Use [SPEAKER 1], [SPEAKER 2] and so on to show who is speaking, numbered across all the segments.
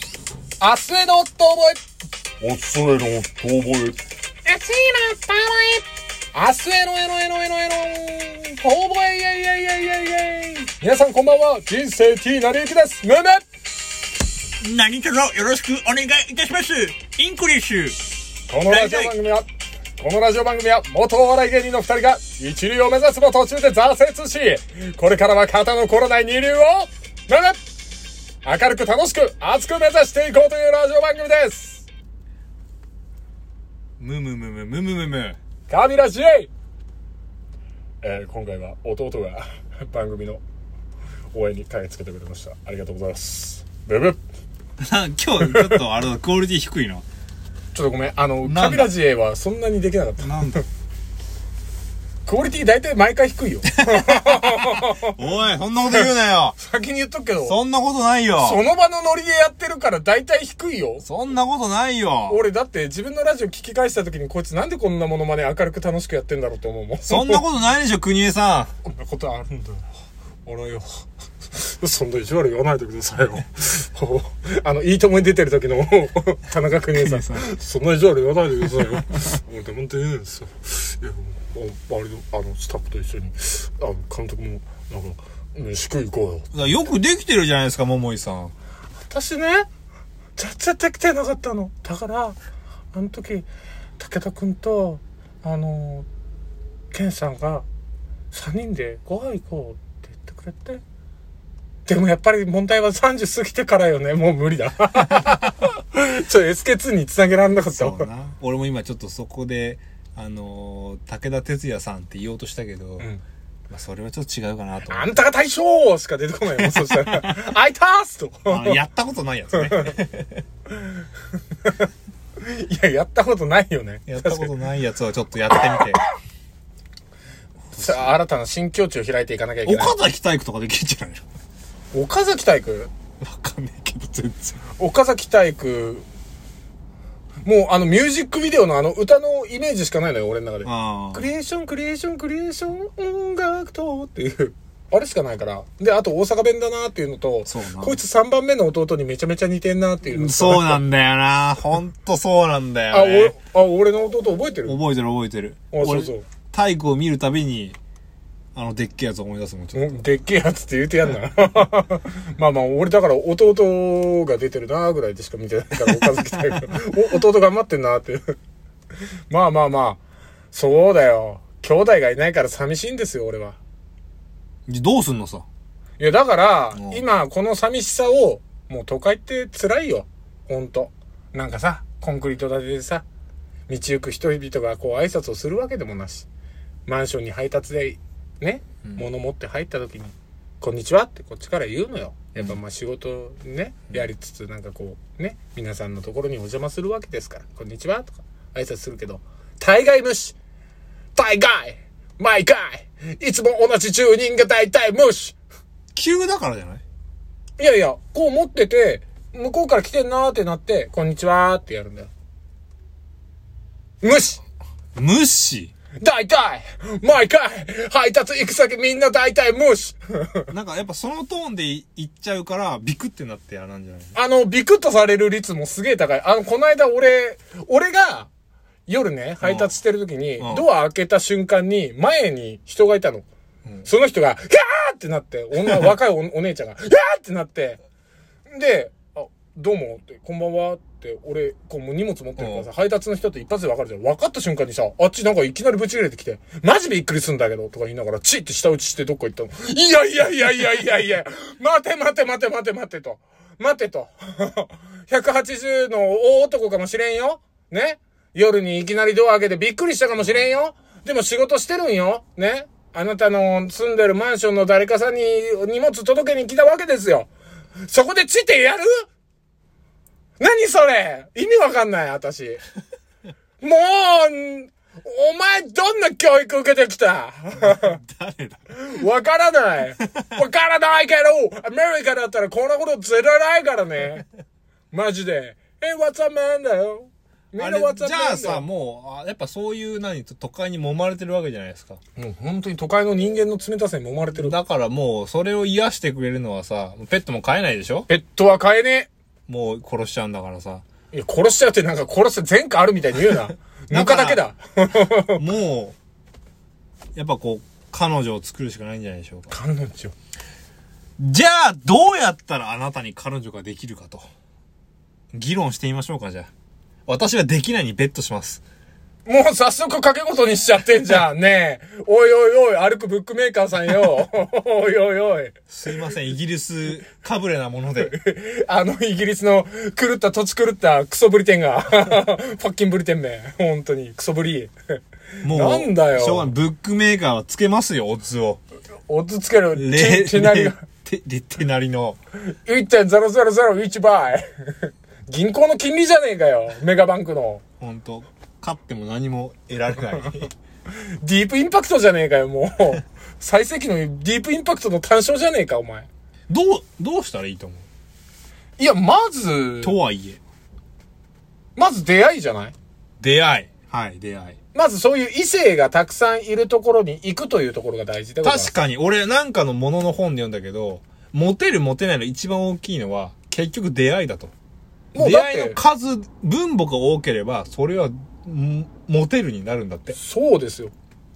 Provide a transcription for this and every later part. [SPEAKER 1] 明日への遠吠
[SPEAKER 2] おすすめの遠吠え。
[SPEAKER 1] え。明日への遠吠え。明日へのえのえのえのえの遠吠えイェイイェイイェイイェイイェイ皆さんこんばんは、人生 T なりゆきです。むむ
[SPEAKER 3] 何卒よろしくお願いいたします。インクリッシュ。
[SPEAKER 1] このラジオ番組は、このラジオ番組は元お笑い芸人の二人が一流を目指すも途中で挫折し、これからは肩の頃ない二流を、むむ明るく楽しく熱く目指していこうというラジオ番組です。
[SPEAKER 3] むむむむむむむむ。
[SPEAKER 1] カビラジエイえー今回は弟が 番組の応援に駆けつけてくれました。ありがとうございます。ブブ
[SPEAKER 3] 今日ちょっとあれだ、クオリティ低いな。
[SPEAKER 1] ちょっとごめん。あの、
[SPEAKER 3] んだ
[SPEAKER 1] カビラジエイはそんなにできなかった。
[SPEAKER 3] なんだ。
[SPEAKER 1] クオリティ大体毎回低い よ。
[SPEAKER 3] おい、そんなこと言うなよ。
[SPEAKER 1] 先に言っとくけど、そ
[SPEAKER 3] そんなことないよ。
[SPEAKER 1] の場のノリでやってるから大体低いよ。
[SPEAKER 3] そんなことないよ。
[SPEAKER 1] 俺だって自分のラジオ聞き返した時にこいつなんでこんなものまで明るく楽しくやってんだろうって思うもん。
[SPEAKER 3] そんなことないでしょ、国枝さん。
[SPEAKER 1] こんなことあるんだよ。俺よ。そんな意地悪言わないでくださいよ。 あの、いいともに出てる時の田中邦衛さん。
[SPEAKER 3] 邦衛
[SPEAKER 1] そんな意地悪言わないでくださいよ。俺でもって言えないですよ。いや、もうあ周りの、あの、スタッフと一緒に、あの、監督も、なんか、飯食い行こうよ。
[SPEAKER 3] だからよくできてるじゃないですか、桃井さん。
[SPEAKER 1] 私ね、全然できてなかったの。だから、あの時、武田くんと、あの、健さんが、3人でご飯行こうって言ってくれて、でもやっぱり問題は30過ぎてからよね。もう無理だ。ち ょっと SK2 に繋げられなかった
[SPEAKER 3] そ
[SPEAKER 1] わ
[SPEAKER 3] う。な。俺も今ちょっとそこで、あのー、武田鉄矢さんって言おうとしたけ
[SPEAKER 1] ん
[SPEAKER 3] ど、まあそれはちょっと違うかなと思
[SPEAKER 1] あ
[SPEAKER 3] っ
[SPEAKER 1] んたが大将しか出てこないもん、そした ら。あいたーすと。
[SPEAKER 3] て。あのやったことないやつね。
[SPEAKER 1] いや、やったことないよね。
[SPEAKER 3] やったことないやつをちょっとやって みて。
[SPEAKER 1] さあ、新たな新境地を開いていかなきゃいけない。
[SPEAKER 3] 岡崎体育とかできんじゃないの
[SPEAKER 1] 岡崎体育
[SPEAKER 3] わかんないけど、全然。
[SPEAKER 1] 岡崎体育、もうあのミュージックビデオのあの歌のイメージしかないのよ、俺の中で。
[SPEAKER 3] あ
[SPEAKER 1] クリエーション、クリエーション、クリエーション、音楽とっていう。あれしかないから。で、あと大阪弁だなっていうのと
[SPEAKER 3] そうな、
[SPEAKER 1] こいつ3番目の弟にめちゃめちゃ似てんなっていうの
[SPEAKER 3] あ。
[SPEAKER 1] と
[SPEAKER 3] そうなんだよな。ほんとそうなんだ
[SPEAKER 1] あ、
[SPEAKER 3] よ、
[SPEAKER 1] 俺
[SPEAKER 3] ね。、
[SPEAKER 1] あ、俺の弟覚えてる
[SPEAKER 3] 覚えてる覚えてる。
[SPEAKER 1] あそう
[SPEAKER 3] 俺
[SPEAKER 1] そう
[SPEAKER 3] 体育を見るたびに、あの、でっけえやつを思い出すもん、ちょっ
[SPEAKER 1] うんでっけえやつって言うてやんな。 まあまあ、俺だから弟が出てるなぐらいでしか見てないから、岡崎体育。お、弟頑張ってんなって いう。まあまあまあ、そうだよ。兄弟がいないから寂しいんですよ、俺は。
[SPEAKER 3] と。でどうすんのさ。
[SPEAKER 1] いや、だから
[SPEAKER 3] うん、
[SPEAKER 1] 今、この寂しさを、もう都会って辛いよ。ほんと。なんかさ、コンクリート建てでさ、道行く人々がこう挨拶をするわけでもなし。マンションに配達で、ね、
[SPEAKER 3] うん
[SPEAKER 1] 物持って入った時に、こんにちはってこっちから言うのよ。やっぱまあ仕事ね、やりつつなんかこう、ね、皆さんのところにお邪魔するわけですから、こんにちはとか挨拶するけど、大概無視大概毎回いつも同じ住人が大体無視
[SPEAKER 3] 急だからじゃない
[SPEAKER 1] いやいや、こう持ってて、向こうから来てんなーってなって、こんにちはーってやるんだよ。無視
[SPEAKER 3] 無視。
[SPEAKER 1] 大体毎回配達行く先みんな大体無視
[SPEAKER 3] なんかやっぱそのトーンでいいっちゃうから、ビクってなってやらんじゃない
[SPEAKER 1] あの、ビクッとされる率もすげえ高い。あの、こないだ俺、俺が、夜ね、配達してる時に、
[SPEAKER 3] うん
[SPEAKER 1] ドア開けた瞬間に、前に人がいたの。その人が、ギャーってなって、女、若いおお姉ちゃんが、ギャーってなって、で、あ、どうもって、こんばんはって、俺、こうもう荷物持ってるから
[SPEAKER 3] う
[SPEAKER 1] さ、配達の人って一発で分かるじゃん。分かった瞬間にさ、あっちなんかいきなりブチ切れてきて、マジびっくりすんだけど、とか言いながら、チって下打ちしてどっか行ったの。いやいやいやいやいやいや、待て待て待て待て待てと。待てと。180の大男かもしれんよ。ね夜にいきなりドア開けてびっくりしたかもしれんよ。でも仕事してるんよ。ねあなたの住んでるマンションの誰かさんに荷物届けに来たわけですよ。そこでチってやる何それ意味わかんない、 私。もう、んお前どんな教育受けてき た
[SPEAKER 3] 誰だ
[SPEAKER 1] わからない。わからないけど、アメリカだったらこんなことずれないからね。マジで。え、what's up man だよ。みんな
[SPEAKER 3] あ
[SPEAKER 1] what's
[SPEAKER 3] れ
[SPEAKER 1] up man だよ
[SPEAKER 3] じゃあさ、もう、あやっぱそういう何、都会に揉まれてるわけじゃないですか。
[SPEAKER 1] もう本当に都会の人間の冷たさに揉まれてる。
[SPEAKER 3] だからもう、それを癒してくれるのはさ、ペットも飼えないでしょ
[SPEAKER 1] ペットは飼えねえ。
[SPEAKER 3] もう殺しちゃうんだからさ。
[SPEAKER 1] いや、殺しちゃうってなんか殺す前科あるみたいに言う な。ぬかだけだ。
[SPEAKER 3] もう、やっぱこう、彼女を作るしかないんじゃないでしょうか。
[SPEAKER 1] 彼女。
[SPEAKER 3] じゃあ、どうやったらあなたに彼女ができるかと。議論してみましょうか、じゃあ。私はできないにベットします。
[SPEAKER 1] もう早速掛け事にしちゃってんじゃん。ねえ。おいおいおい、歩くブックメーカーさんよ。 おいおいおい。
[SPEAKER 3] すいません、イギリスかぶれなもの で。
[SPEAKER 1] あの、イギリスの狂った、土地狂ったクソブリテンが。 ファッキンブリテンめ。本当に、クソブリ。
[SPEAKER 3] もう、
[SPEAKER 1] なんだよ
[SPEAKER 3] しょうがないブックメーカーはつけますよ、オッズ を。
[SPEAKER 1] おつつける。
[SPEAKER 3] れ、
[SPEAKER 1] 手なりが。
[SPEAKER 3] て、れ、手なりの。
[SPEAKER 1] 1.0001倍。 銀行の金利じゃねえかよ。メガバンクの。
[SPEAKER 3] ほんと、勝っても何も得られない。
[SPEAKER 1] ディープインパクトじゃねえかよ、もう。最盛期のディープインパクトの単勝じゃねえか、お前。
[SPEAKER 3] どう、どうしたらいいと思う
[SPEAKER 1] いや、まず、
[SPEAKER 3] とはいえ。
[SPEAKER 1] まず出会いじゃない
[SPEAKER 3] 出会い。はい、出会い。
[SPEAKER 1] まずそういう異性がたくさんいるところに行くというところが大事だ
[SPEAKER 3] 確かに、俺なんかのものの本で読んだけど、モテるモテないの一番大きいのは、結局出会いだと。
[SPEAKER 1] もう
[SPEAKER 3] 出
[SPEAKER 1] だっ
[SPEAKER 3] 会いの
[SPEAKER 1] て、
[SPEAKER 3] 数、分母が多ければ、それは、んモテるになるんだって。
[SPEAKER 1] そうですよ。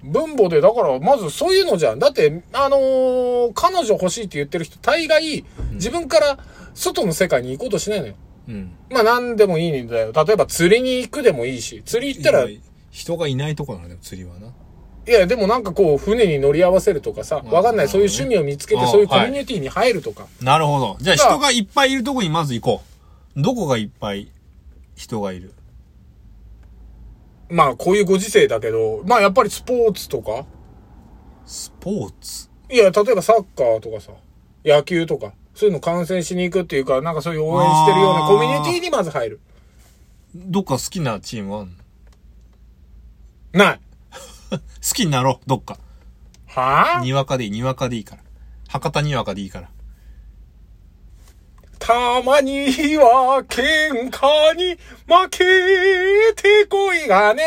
[SPEAKER 1] 分母で、だから、まずそういうのじゃん。だって、あのー彼女欲しいって言ってる人、大概、自分から外の世界に行こうとしないのよ。
[SPEAKER 3] うん。
[SPEAKER 1] まあ何でもいいんだよ。例えば釣りに行くでもいいし、釣り行ったら、い
[SPEAKER 3] 人がいないとこなんだよ、釣りはな。
[SPEAKER 1] や、でもなんかこう、船に乗り合わせるとかさ、わかんない、そういう趣味を見つけ
[SPEAKER 3] あ
[SPEAKER 1] て、
[SPEAKER 3] ー
[SPEAKER 1] そういうコミュニティに入るとか。
[SPEAKER 3] なるほど。じゃあ
[SPEAKER 1] だから
[SPEAKER 3] 人がいっぱいいるとこにまず行こう。どこがいっぱい人がいる
[SPEAKER 1] まあこういうご時世だけど、まあやっぱりスポーツとか、
[SPEAKER 3] スポーツ。
[SPEAKER 1] いや、例えばサッカーとかさ、野球とか、そういうの観戦しに行くっていうか、なんかそういう応援してるような
[SPEAKER 3] あー
[SPEAKER 1] コミュニティにまず入る。
[SPEAKER 3] どっか好きなチームはあんの
[SPEAKER 1] ない。
[SPEAKER 3] 好きになろう、どっか。
[SPEAKER 1] はぁ
[SPEAKER 3] にわかでいい、にわかでいいから。博多にわかでいいから。
[SPEAKER 1] たまには喧嘩に負けてこいがね。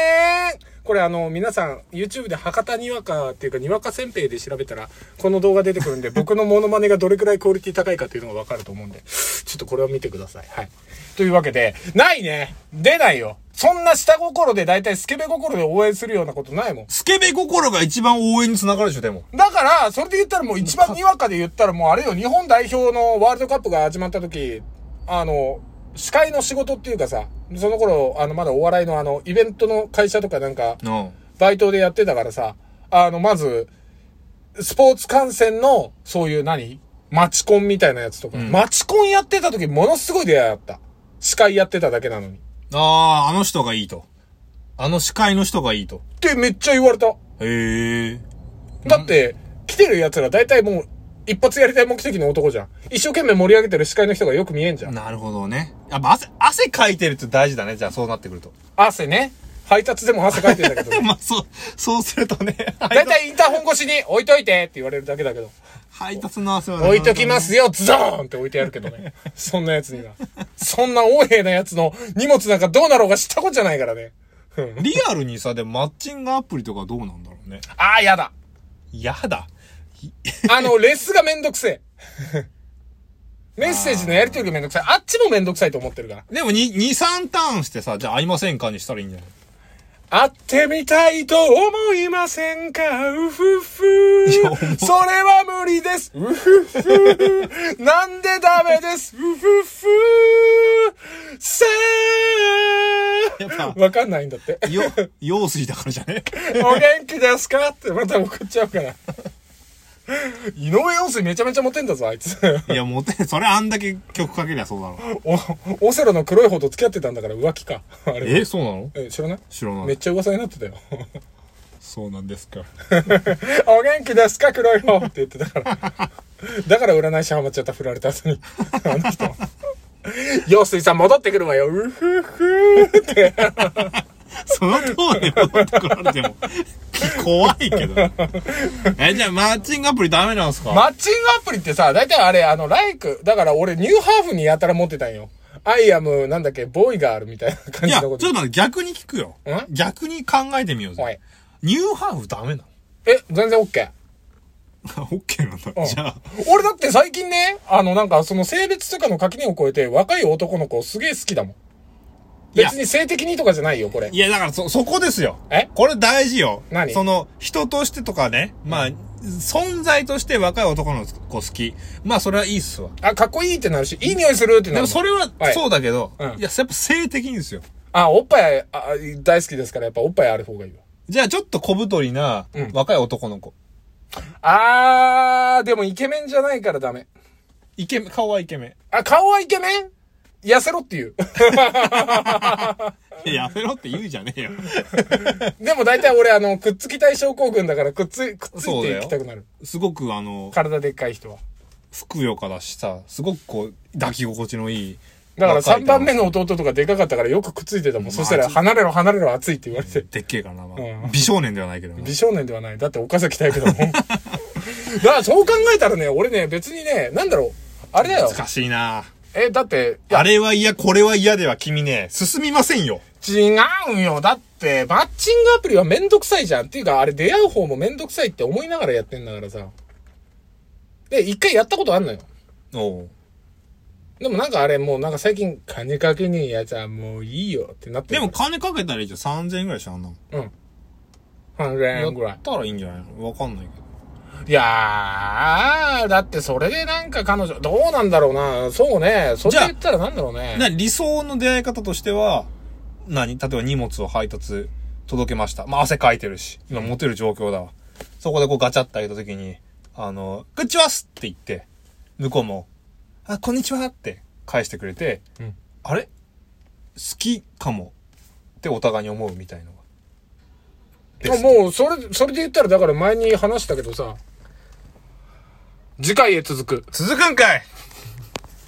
[SPEAKER 1] これあの、皆さん、YouTube で博多にわかっていうか、にわかせんべいで調べたら、この動画出てくるんで、僕のモノマネがどれくらいクオリティ高いかというのがわかると思うんで、ちょっとこれを見てください。はい。というわけで、ないね出ないよそんな下心で大体スケベ心で応援するようなことないもん。
[SPEAKER 3] スケベ心が一番応援につながるでしょ、でも。
[SPEAKER 1] だから、それで言ったらもう一番にわかで言ったらもうあれよ、日本代表のワールドカップが始まった時、あの、司会の仕事っていうかさ、その頃、あの、まだお笑いのあの、イベントの会社とかなんか、
[SPEAKER 3] うん。
[SPEAKER 1] バイトでやってたからさ、あの、まず、スポーツ観戦の、そういう何マチコンみたいなやつとか、マチコンやってた時ものすごい出会いあった。司会やってただけなのに。
[SPEAKER 3] ああ、あの人がいいと。あの司会の人がいいと。
[SPEAKER 1] ってめっちゃ言われた。
[SPEAKER 3] へえ。
[SPEAKER 1] だって、来てる奴ら大体もう、一発やりたい目的の男じゃん。一生懸命盛り上げてる司会の人がよく見えんじゃん。
[SPEAKER 3] なるほどね。やっぱ汗、汗かいてるって大事だね。じゃあそうなってくると。
[SPEAKER 1] 汗ね。配達でも汗かいてんだけ ど、ね、
[SPEAKER 3] まあそう、そうするとね。
[SPEAKER 1] 大体インターホン越しに置いといてって言われるだけだけど、
[SPEAKER 3] 配達の汗は
[SPEAKER 1] 置いときますよ、ズドーンって置いてやるけど ね。そんな奴には。そんな横柄な奴の荷物なんかどうなろうが知ったことじゃないからね。うん
[SPEAKER 3] リアルにさ、でもマッチングアプリとかどうなんだろうね。
[SPEAKER 1] ああ、やだ。
[SPEAKER 3] やだ。
[SPEAKER 1] あの、レスがめんどく せえ。メッセージのやりとりがめんどくさい。あっちもめんどくさいと思ってるから。
[SPEAKER 3] でも2、2、3ターンしてさ、じゃあ会いませんかにしたらいいんじゃない
[SPEAKER 1] 会ってみたいと思いませんかうふふ。それ
[SPEAKER 3] や思う
[SPEAKER 1] は無理です。うふふ。なんでダメです。うふふ。せ
[SPEAKER 3] やっ
[SPEAKER 1] ー
[SPEAKER 3] ぱ
[SPEAKER 1] わかんないんだって。
[SPEAKER 3] よ、用水だからじゃね
[SPEAKER 1] お元気ですかってまた送っちゃうから。井上陽水めちゃめちゃモテんだぞ、あいつ。
[SPEAKER 3] いや、モテ、それあんだけ曲かけりゃそうだろう。
[SPEAKER 1] おオセロの黒い方と付き合ってたんだから浮気か。あれ
[SPEAKER 3] え、そうなの
[SPEAKER 1] え知らない
[SPEAKER 3] 知らな
[SPEAKER 1] めっ
[SPEAKER 3] い。
[SPEAKER 1] ちゃ噂になってたよ。
[SPEAKER 3] そうなんですか。
[SPEAKER 1] お元気ですか黒い方って言ってたから。 だから占い師ハマっちゃった、振られた後に。 あの人。陽水さん戻ってくるわよ。うふふって。
[SPEAKER 3] その通り戻ってこられても、 怖いけど。え、じゃあマッチングアプリダメなんすか、
[SPEAKER 1] マッチングアプリってさ、大体あれ、あの、ライク。だから俺、ニューハーフにやたら持ってたんよ。アイアム、なんだっけ、ボーイガールみたいな感
[SPEAKER 3] い
[SPEAKER 1] じ
[SPEAKER 3] や、
[SPEAKER 1] の
[SPEAKER 3] ちょ
[SPEAKER 1] こ
[SPEAKER 3] っ
[SPEAKER 1] と
[SPEAKER 3] と。待って、逆に聞くよ。
[SPEAKER 1] ん
[SPEAKER 3] 逆に考えてみよ
[SPEAKER 1] お
[SPEAKER 3] う
[SPEAKER 1] い
[SPEAKER 3] ぜ。ニューハーフダメなの
[SPEAKER 1] え、全然オッケー。
[SPEAKER 3] あ、OK なん だ。じゃあ、
[SPEAKER 1] 俺だって最近ね、あのなんかその性別とかの垣根を超えて若い男の子すげえ好きだもん。
[SPEAKER 3] いや
[SPEAKER 1] 別に性的にとかじゃないよ、これ
[SPEAKER 3] い。や、だからそ、そこですよ。
[SPEAKER 1] え
[SPEAKER 3] これ大事よ。
[SPEAKER 1] 何
[SPEAKER 3] その、人としてとかね、まあ、存在として若い男の子好き。まあ、それはいいっすわ。
[SPEAKER 1] あ、かっこいいってなるし、いい匂いするってなるもん。
[SPEAKER 3] でも、それは
[SPEAKER 1] はい、
[SPEAKER 3] そうだけど、
[SPEAKER 1] うん
[SPEAKER 3] いや、やっぱ性的にですよ。
[SPEAKER 1] あ、おっぱいあ大好きですから、やっぱおっぱいある方がいいわ。
[SPEAKER 3] じゃあ、ちょっと小太りな、若い男の子。
[SPEAKER 1] あー、でもイケメンじゃないからダメ。
[SPEAKER 3] イケメン、顔はイケメ
[SPEAKER 1] あ、顔はイケメン痩せろっていう。
[SPEAKER 3] ン。いや、やめろって言うじゃねえよ。
[SPEAKER 1] でも大体俺あの、くっつきたい症候群だからくっつ、くっついていきたくなる。
[SPEAKER 3] すごく、あの、
[SPEAKER 1] 体でっかい人は。
[SPEAKER 3] ふくよかだしさ、すごくこう、抱き心地のいい。
[SPEAKER 1] だから
[SPEAKER 3] 若い
[SPEAKER 1] 3番目の弟とかでかかったからよくくっついてたもん。そしたら離れろ離れろ熱いって言われて。
[SPEAKER 3] でっけえからな、まあ
[SPEAKER 1] うん
[SPEAKER 3] 美少年ではないけどね
[SPEAKER 1] 美少年ではない。だって岡崎体育だもん。 だからそう考えたらね、俺ね、別にね、なんだろう。あれだよ。
[SPEAKER 3] 難しいな
[SPEAKER 1] え、だって、いや
[SPEAKER 3] あれは嫌、これは嫌では君ね、進みませんよ。
[SPEAKER 1] 違うよ。だって、マッチングアプリはめんどくさいじゃん。っていうか、あれ出会う方もめんどくさいって思いながらやってんだからさ。で、一回やったことあんのよ。
[SPEAKER 3] おう
[SPEAKER 1] でもなんかあれもうなんか最近金かけねえやつはもういいよってなって
[SPEAKER 3] で
[SPEAKER 1] る
[SPEAKER 3] も、金かけたらいいじゃん。3000円ぐらいしゃあんな。
[SPEAKER 1] うん。100
[SPEAKER 3] や
[SPEAKER 1] 円ぐらい
[SPEAKER 3] っ。たらいいんじゃないのわかんないけど。
[SPEAKER 1] いやー、だってそれでなんか彼女、どうなんだろうな。そうね。それで言ったらなんだろうね。
[SPEAKER 3] な理想の出会い方としては、何例えば荷物を配達届けました。まあ、汗かいてるし、今持てる状況だわ。そこでこうガチャって開けた時に、あの、こんにちはっすって言って、向こうも、あ、こんにちはって返してくれて、
[SPEAKER 1] うん
[SPEAKER 3] あれ好きかもってお互いに思うみたいのが。ベスト
[SPEAKER 1] もう、それ、それで言ったらだから前に話したけどさ、次回へ続く。
[SPEAKER 3] 続くんかい